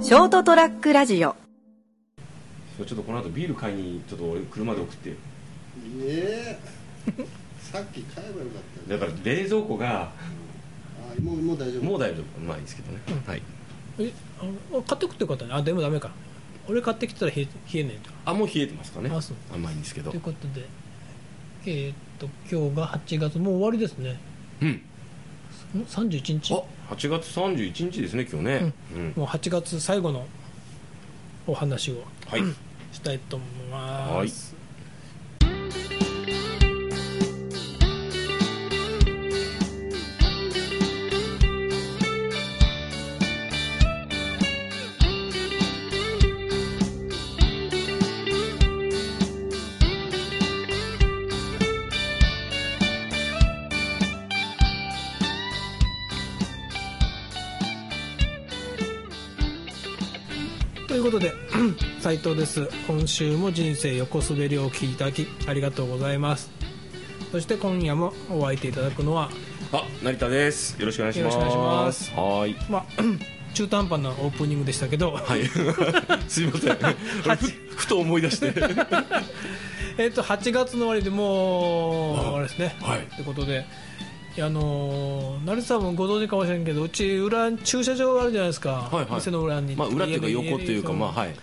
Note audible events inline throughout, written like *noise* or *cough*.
ショートトラックラジオちょっとこの後ビール買いにちょっと俺車で送ってよええさっき買えばよかっただよから冷蔵庫があもうもう大丈夫もう大丈夫まあいいですけどね、はいえあの買ってくってことねあでもダメか俺買ってきたら冷え冷えねえとあもう冷えてますかねあそう甘いんですけどということでえーっと今日が8月もう終わりですねうんん31日あ8月31日ですね今日ねうん、もう8月最後のお話をはいしたいと思います、ということで *clears throat* 斉藤です今週も人生横滑りを聞いていただきありがとうございますそして今夜もお相手いただくのはあ成田ですよろしくお願いしますよろしくお願いしますはーい *laughs* まあ *clears throat* 中途半端なオープニングでしたけど、はいすいません俺ふふと思い出して *laughs* えっと8月の終わりでもうあ終わりですねはいってことでいやあのー成田さんもご存知かもしれんけどうち裏駐車場があるじゃないですか、はいはい店の裏に、まあ裏っていうか横っていうかそまあはい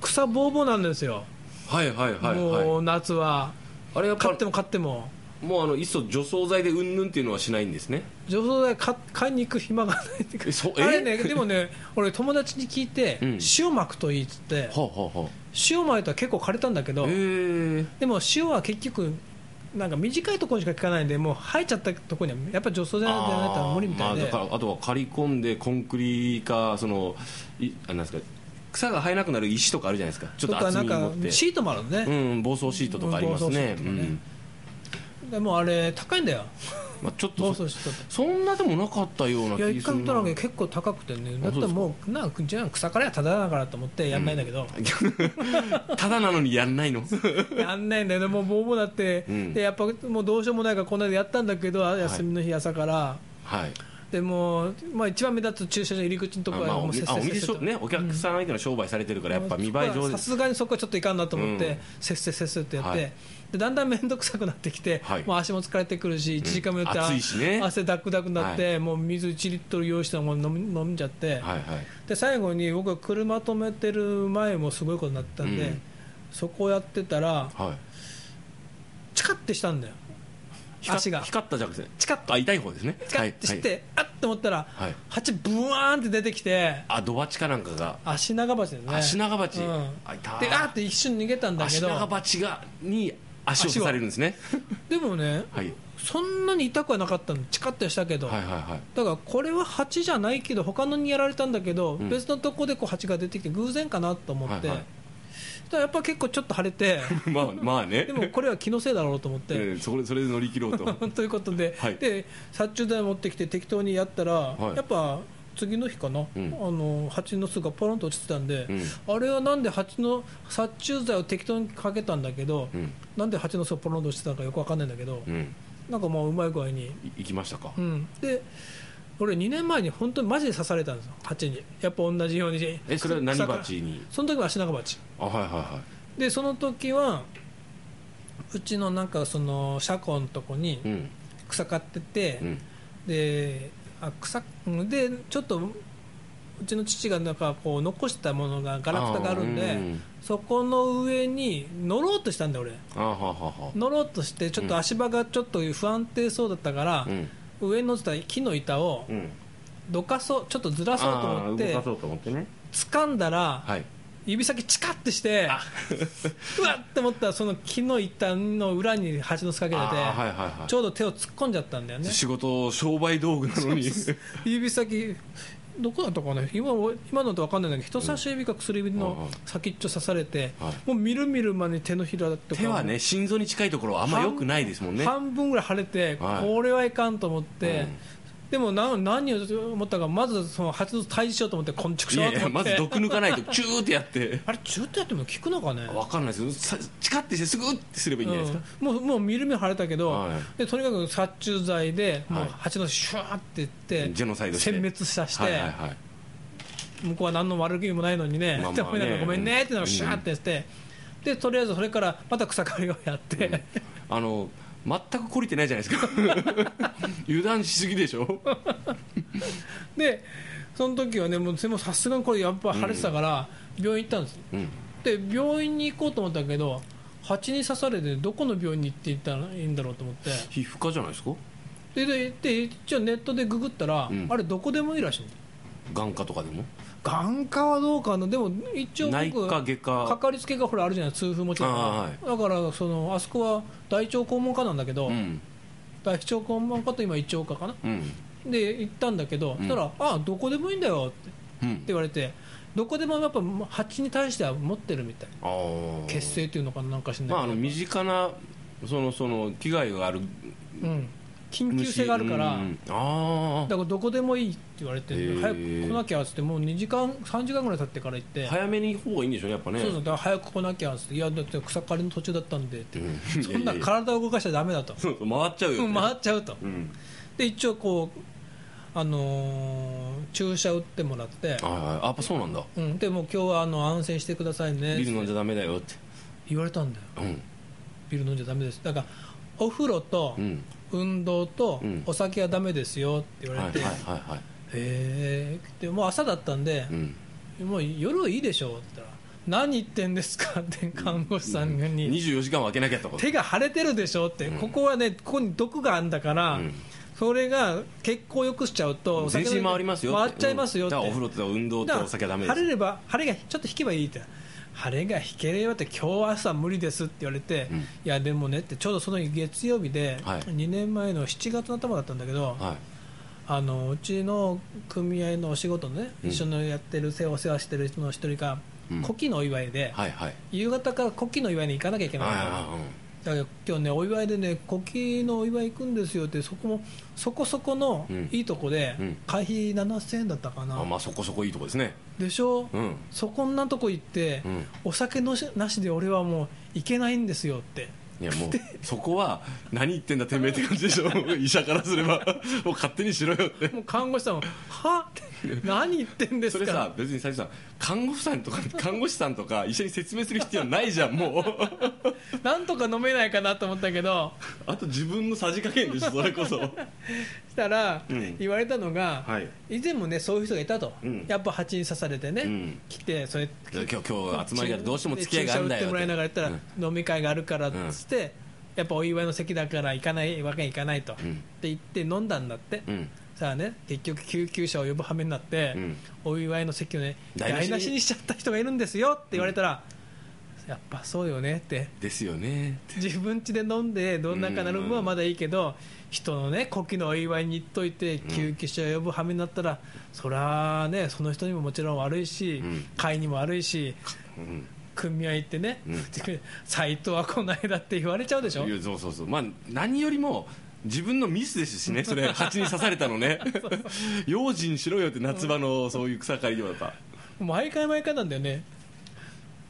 草ぼうぼうなんですよ、はいはいはいもはう夏はいあれやっぱ買っても買ってももうあのいっそ除草剤でうんぬんっていうのはしないんですね除草剤買買いに行く暇がないっていうかえそうえあれねでもね俺友達に聞いて、うん塩まくといいっつってはあ、はあは塩まいたら結構枯れたんだけあ、へど、えでも塩は結局なんか短いところにしか効かないんでもう生えちゃったところにはやっぱり除草剤じゃないと無理みたいあーで、まあ、だからあとは刈り込んでコンクリかそのいあなんですか草が生えなくなる石とかあるじゃないですかちょっととか厚なみんに持かってシートもあるのね、うん、防草シートとかありますね防草シうートとかねんでもあれ高いんだよまあ、ちょっ暴と走そしとってそんなでもなかったようないや気一する回見たらなね結構高くてねだあっそうですかたらもうなんかじゃあ草からやただだからと思ってやんないんだ *laughs* けど、 *laughs* ただなのにやんない *laughs* のやんないんだよねもうボーボーだって、うんでやっぱもうどうしようもないからこの間やったんだけどあ休みの日朝から、はいでもう、まあ、一番目立つ駐車場入り口のあところまあ、はもおうせ店っあせおっせっ店せとしょねお客さん相手の商売されてるからやっぱ見栄え上さですがにそこはちょっといかんなと思って、うんせっせっせっせってやって、はいでだんだん面倒くさくなってきて、はいもう足も疲れてくるし1時間目によって、暑いしね汗だくだくになって、もう水1リットル用意したもの飲み飲んじゃっはて、いはいで最後に僕は車止めてる前もすごいことになったんで、うんそこをやってたらはいチカッてしたんだよ光っ足が光ったじゃなくてチカッとあ痛い方ですねチカッてして、はいはいあっと思ったら、はい蜂ブワーンって出てきてあドバチかなんかが足長鉢ですね足長鉢、うんあいたであーって一瞬逃げたんだけ足ど長鉢がに足を刺されるんですねでもね、はいそんなに痛くはなかったのチカッとしたけど、はいはいはいだからこれは蜂じゃないけど他のにやられたんだけど、ん別のとこでこう蜂が出てきて偶然かなと思って、はいはいそしたらやっぱ結構ちょっと腫 *laughs* れてまあまあねでもこれは気のせいだろうと思っえて。ーそれそれで乗り切ろう *laughs* とということで,、はいで殺虫剤持ってきて適当にやったら、いやっぱ次の日かな、うんあの蜂の巣がポロンと落ちてたんで、んあれはなんで蜂の殺虫剤を適当にかけたんだけど、うんなんで蜂の巣がポロンと落ちてたのかよくわかんないんだけど、うんなんかもううまい具合にい行きましたか、うん、で俺2年前に本当にマジで刺されたんですよ蜂にやっぱ同じようにえそれは何草から鉢にその時は足長鉢あはいはいはでその時はうちのなんかその車庫のとこにいうん草刈ってて、うんであ草うんでちょっとうちの父がなんかこう残したものがガラクタがあるんであーうんそこの上に乗ろうとしたんだよ俺あははは乗ろうとしてちょっと足場がちょっと不安定そうだったから、うん上に乗ってた木の板をうんどかそうちょっとずらそうと思っあーて動かそうと思ってね掴んだらはい指先チカッてして *laughs* うわっって思ったらその木の板の裏に蜂の巣かけてて、あーはいはいはいちょうど手を突っ込んじゃったんだよね仕事商売道具なのに指先どこだったかね今今のと分かんないんだけど人差し指か薬指うんうんうのん先っちょ刺されて、はいもうみるみる間に手のひらと *laughs* か手はね心臓に近いところはあんま良くないですもんね半分ぐらい腫れて、はいこれはいかんと思って、うんでもな何を思ったかまずその蜂の退治しようと思って昆虫いしようやと思いってやまず毒抜かないとチューってやってあれ中途やっても効くのかね分かんないですけどさチカッてしてすぐってすればいいんじゃないですか、うんもうもう見る目腫れたけど、はでとにかく殺虫剤で、もうはい蜂のシュワーっていってジェノサイドして殲滅させて、はいはいはい向こうは何の悪気もないのにね,、まあまあねって思いながらごめんねってのをシャーってして、でとりあえずそれからまた草刈りをやって、あの全く懲りてないじゃないですか *laughs* 油断しすぎでしょでその時はねもうもうさすがにこれやっぱ腫れてたから病院行ったんです、うんで病院に行こうと思ったけど蜂に刺されてどこの病院に行って行ったらいいんだろうと思って皮膚科じゃないですかででで一応ネットでググったら、うんあれどこでもいいらしいんだよ眼科とかでも眼科はどうかなでも一応僕内科外科かかりつけがほらあるじゃない痛風持ちだから、あーだからそのあそこは大腸肛門科なんだけど、うん大腸肛門科と今胃腸科かなうんで行ったんだけど、んそしたら「あどこでもいいんだよ」ってうん言われてどこでもやっぱ蜂に対しては持ってるみたいあー血清っていうのかななんかしんないまああの身近なそのその危害があるうん、緊急性があるから、うんあだからどこでもいいって言われて、へー早く来なきゃっつってもう2時間3時間ぐらい経ってから行ってあ早めに行く方がいいんでしょやっぱねそうそうだから早く来なきゃっつっていやだって草刈りの途中だったんでって、うんそんないやいやいや体を動かしちゃダメだとそうそう回っちゃうよ、うん回っちゃうとうんで一応こうあのー注射打ってもらってはいはいあやっぱそうなんだうん、でもう今日はあの安静してくださいねビール飲んじゃダメだよって言われたんだようんビール飲んじゃダメですだからお風呂とうん運動とうんお酒はダメですよって言はいはわれいて、はいはいへえでもう朝だったんでう、んもう夜いいでしょうって言ったら何言ってんですかって看護師さんに、 24時間は開けなきゃってこと手が腫れてるでしょって、ここはねここに毒があるんだから、うんそれが血行を良くしちゃうとお全酒の身回りますよ回っちゃいますよって、うんだからお風呂と運動だかとらお酒はダメです晴れれば晴れがちょっと引けばいいって晴れが引ければって今日は朝無理ですって言われて、うんいやでもねってちょうどその日月曜日で、はい2年前の7月の頭だったんだけど、はいあのうちの組合のお仕事のね、うん一緒にやってる世話お世話してる人の一人がうん古希のお祝いで、はいはい夕方から古希のお祝いに行かなきゃいけないのはいはいはいだから今日ねお祝いでね古希のお祝い行くんですよってそこもそこそこのうんいいとこで、うん会費7000円だったかうんな、あまあそこそこいいとこですねでしょ、うんそこんなとこ行って、うんお酒のしなしで俺はもう行けないんですよっていやもうそこは何言ってんだてめえって感じでしょ *laughs* 医者からすればもう勝手にしろよってもう看護師さんも「はって何言ってんですそかれさ別に斉藤さん看護婦さんとか *laughs* 看護師さんとか医者に説明する必要ないじゃんもう *laughs* なんとか飲めないかなと思ったけどあと自分のさじ加減でしょそれ *laughs* こそしたらうん言われたのが、はい以前もねそういう人がいたと、うんやっぱ蜂に刺されてね、うん来てそれ今日今日集まりがどうしても付き合いがあるんだよ注射打ってもらいながら言ったら、飲み会があるからっつって、やっぱお祝いの席だから行かないわけにいかないと、うんって言って飲んだんだって、うんさあね結局救急車を呼ぶ羽目になって、うんお祝いの席をね台無し台に無しにしちゃった人がいるんですよって言われたら、やっぱそうよね *laughs* ってですよね自分家で飲んでどんなかなる分はまだいいけど人のね古希のお祝いに行っといて救急車を呼ぶ羽目になったら、そらねその人にももちろん悪いし、うん会にも悪いしうん組合行ってね、 *laughs* うん斎藤はこの間って言われちゃうでしょいやそうそうそうまあ何よりも自分のミスですしねそれ蜂に刺されたのね用心しろよって夏場のそういう草刈りではやっぱ毎回毎回なんだよね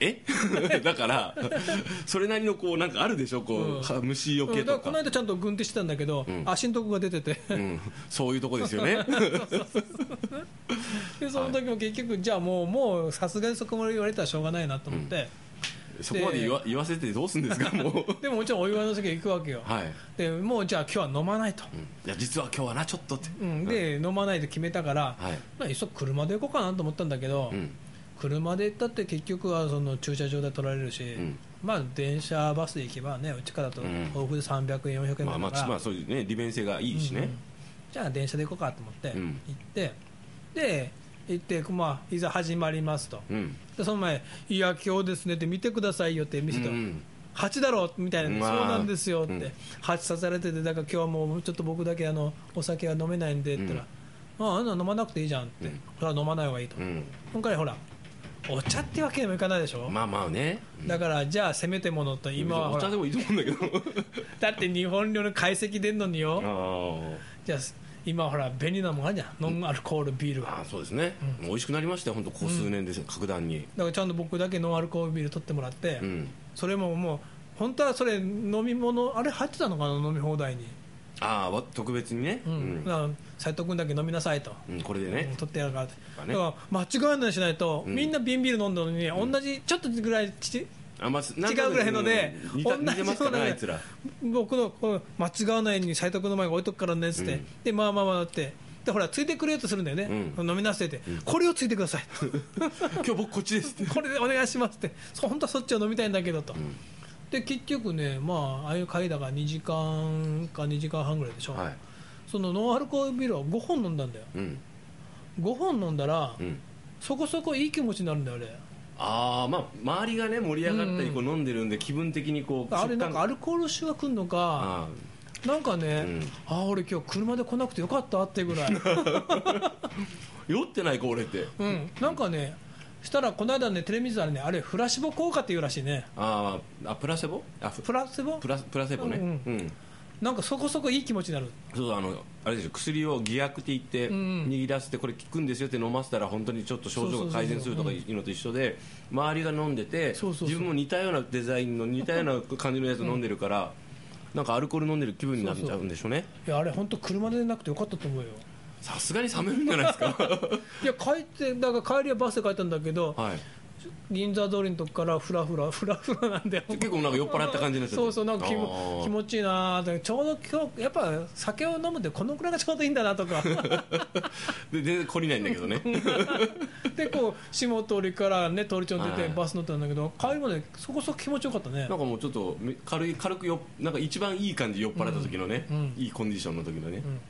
え *laughs* だからそれなりのこうなんかあるでしょこう、うんは虫よけうんだとかからこの間ちゃんと軍手してたんだけど、ん足のとこが出ててうん、そういうとこですよ *laughs* ねでその時も結局、じゃあもうもうさすがにそこまで言われたらしょうがないなと思って、そこまで言わ言わせてどうすんですかもうでももちろんお祝いの席行くわけよ、はい、でもうじゃあ今日は飲まないと、いや実は今日はなちょっとって、うんで飲まないと決めたから、はいまあいっそ車で行こうかなと思ったんだけど、うん車で行ったって結局はその駐車場で取られるし、んまあ電車バスで行けばねうちからだとうん往復で300円400円だから、まあまあ、まあ、そういうね利便性がいいしね、じゃあ電車で行こうかと思ってう行んって、で行って、まあ、いざ始まりますと、うんでその前いや今日ですねって見てくださいよって見せたら、うん蜂だろみたいな、まあそうなんですよって、うん蜂刺されててだから今日はもうちょっと僕だけあのお酒は飲めないんでって言ったら、あああんなの飲まなくていいじゃんって、うんほら飲まない方がいいと、うん今回ほらお茶ってわけにもいかないでしょ、まあまあねだからじゃあせめてものと今はほおら茶でもいいと思うん *laughs* だけどだって日本料理の解析出んのによ、あじゃあ今ほら便利なもんあるじゃんノンアルコールビールあが、ああそうですね、美味しくなりましたよ本当ここ数年です、格段にだからちゃんと僕だけノンアルコールビール取ってもらって、うんそれももう本当はそれ飲み物あれ入ってたのかな飲み放題にあああわ特別にね、ううんんだから斉藤君だけ飲みなさいと、うんこれでうんね、取ってやるからってまあねだから間違いないしないと、うんみんな瓶ビール飲んだのに、同じちょっとぐらいちあまあ、すなん違うぐらいのでうん似た同じ似てますからねようなあいつら僕のこう間違わないように斉藤君の前に置いとくからねっつって、うんでまあまあまあってでほらついてくれようとするんだよね、飲みなさいって、これをついてください今日僕こっちですって *laughs* これでお願いしますってそう本当はそっちを飲みたいんだけどと、んで結局ねまあああいう会だが2時間か2時間半ぐらいでしょ、はいそのノンアルコールビールを5本飲んだんだようん5本飲んだら、うんそこそこいい気持ちになるんだよあれああまあ周りがね盛り上がったりうんこう飲んでるんで気分的にこうあれなんかアるルコール臭が来るのあかなんかね、うんああ俺今日車で来なくてよかったってぐ *laughs* らい、ー酔ってないか俺ってうん、なんかねしたらこの間ねテレビでねあれフラシボ効果っていうらしいねあーあプラセボあふプラセボプラプラセボね、うんうんなんかそこそこいい気持ちになるそうそうあのあれでしょ薬を偽薬って言ってうんうん握らせてこれ効くんですよって飲ませたら本当にちょっと症状が改善するとかいうのと一緒で周りが飲んでてそうそうそう自分も似たようなデザインの似たような感じのやつ飲んでるからなんかアルコール飲んでる気分になっちゃうんでしょうねいやあれ本当車でなくてよかったと思うよさすがに冷めるんじゃないですかいや帰ってだから帰りはバスで帰ったんだけどはい銀座通りのとこからフラフラフラフラなんだよ結構なんか酔っ払った感じになっちゃってそうそうなんか気もあー気持ちいいなーってちょうど今日やっぱ酒を飲むってこのくらいがちょうどいいんだな *laughs* とかで全然懲りないんだけどねでこう下通りからね通り町に出はていバス乗ったんだけど帰りまでそこそこ気持ちよかったねなんかもうちょっとめ軽い軽くよなんか一番いい感じ酔っ払った時のね、うんうんいいコンディションの時のねう、ん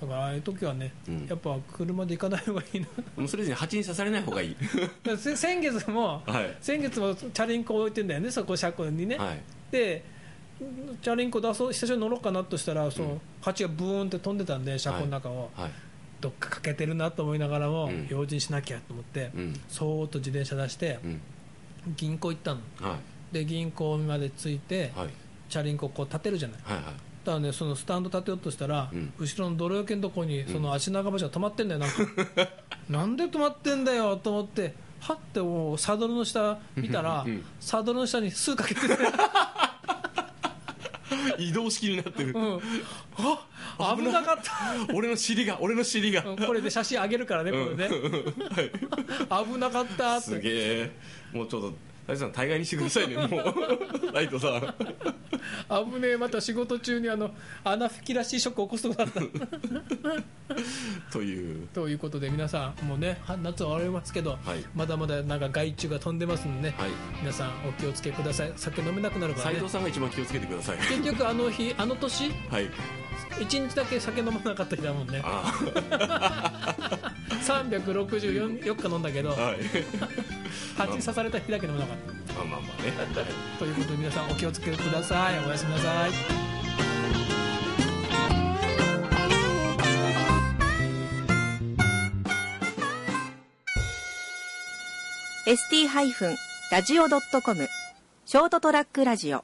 だからああいう時はね、うんやっぱ車で行かない方がい *laughs* いなだかもうそれ以上に蜂に刺されない方がいいらせ先月も、はい先月もチャリンコ置いてんだよねそこ車庫にね、はいでチャリンコ出そう久しぶりに乗ろうかなとしたらその、蜂がブーンって飛んでたんで車庫の中を、はいどっか欠けてるなと思いながらも、うん用心しなきゃと思って、うんそーっと自転車出してうん銀行行ったのはいで銀行まで着いて、はいチャリンコこう立てるじゃないはいはいだからねそのスタンド立てようとしたら、うん後ろの泥よけのとこにその足長橋が止まってんだ *laughs* よなんかなんで止まってんだよと思ってはってもうサドルの下見たら、うんサドルの下に巣 *laughs* かけてて、移動式になってる、うん、あ危なかった俺の尻が俺の尻が、うんこれで写真あげるからねこれね、危なかったっすてげえもうちょっと大地さん大概にしてくださいねもうライトさん危ねえまた仕事中にあの穴吹きらしいショックを起こすとこだったというということで皆さんもうねは夏は終わりますけど、はいまだまだなんか害虫が飛んでますんでね、はい皆さんお気をつけください酒飲めなくなるから斉ね藤さんが一番気をつけてください結局あの日あの年はい1日だけ酒飲まなかった日だもんねあ364日飲んだけどあはい蜂に刺された日だけ飲まなかっまあまあまあね、はいたということで皆さんお気をつけくださいおやすみなさい ST-radio.com ショートトラックラジオ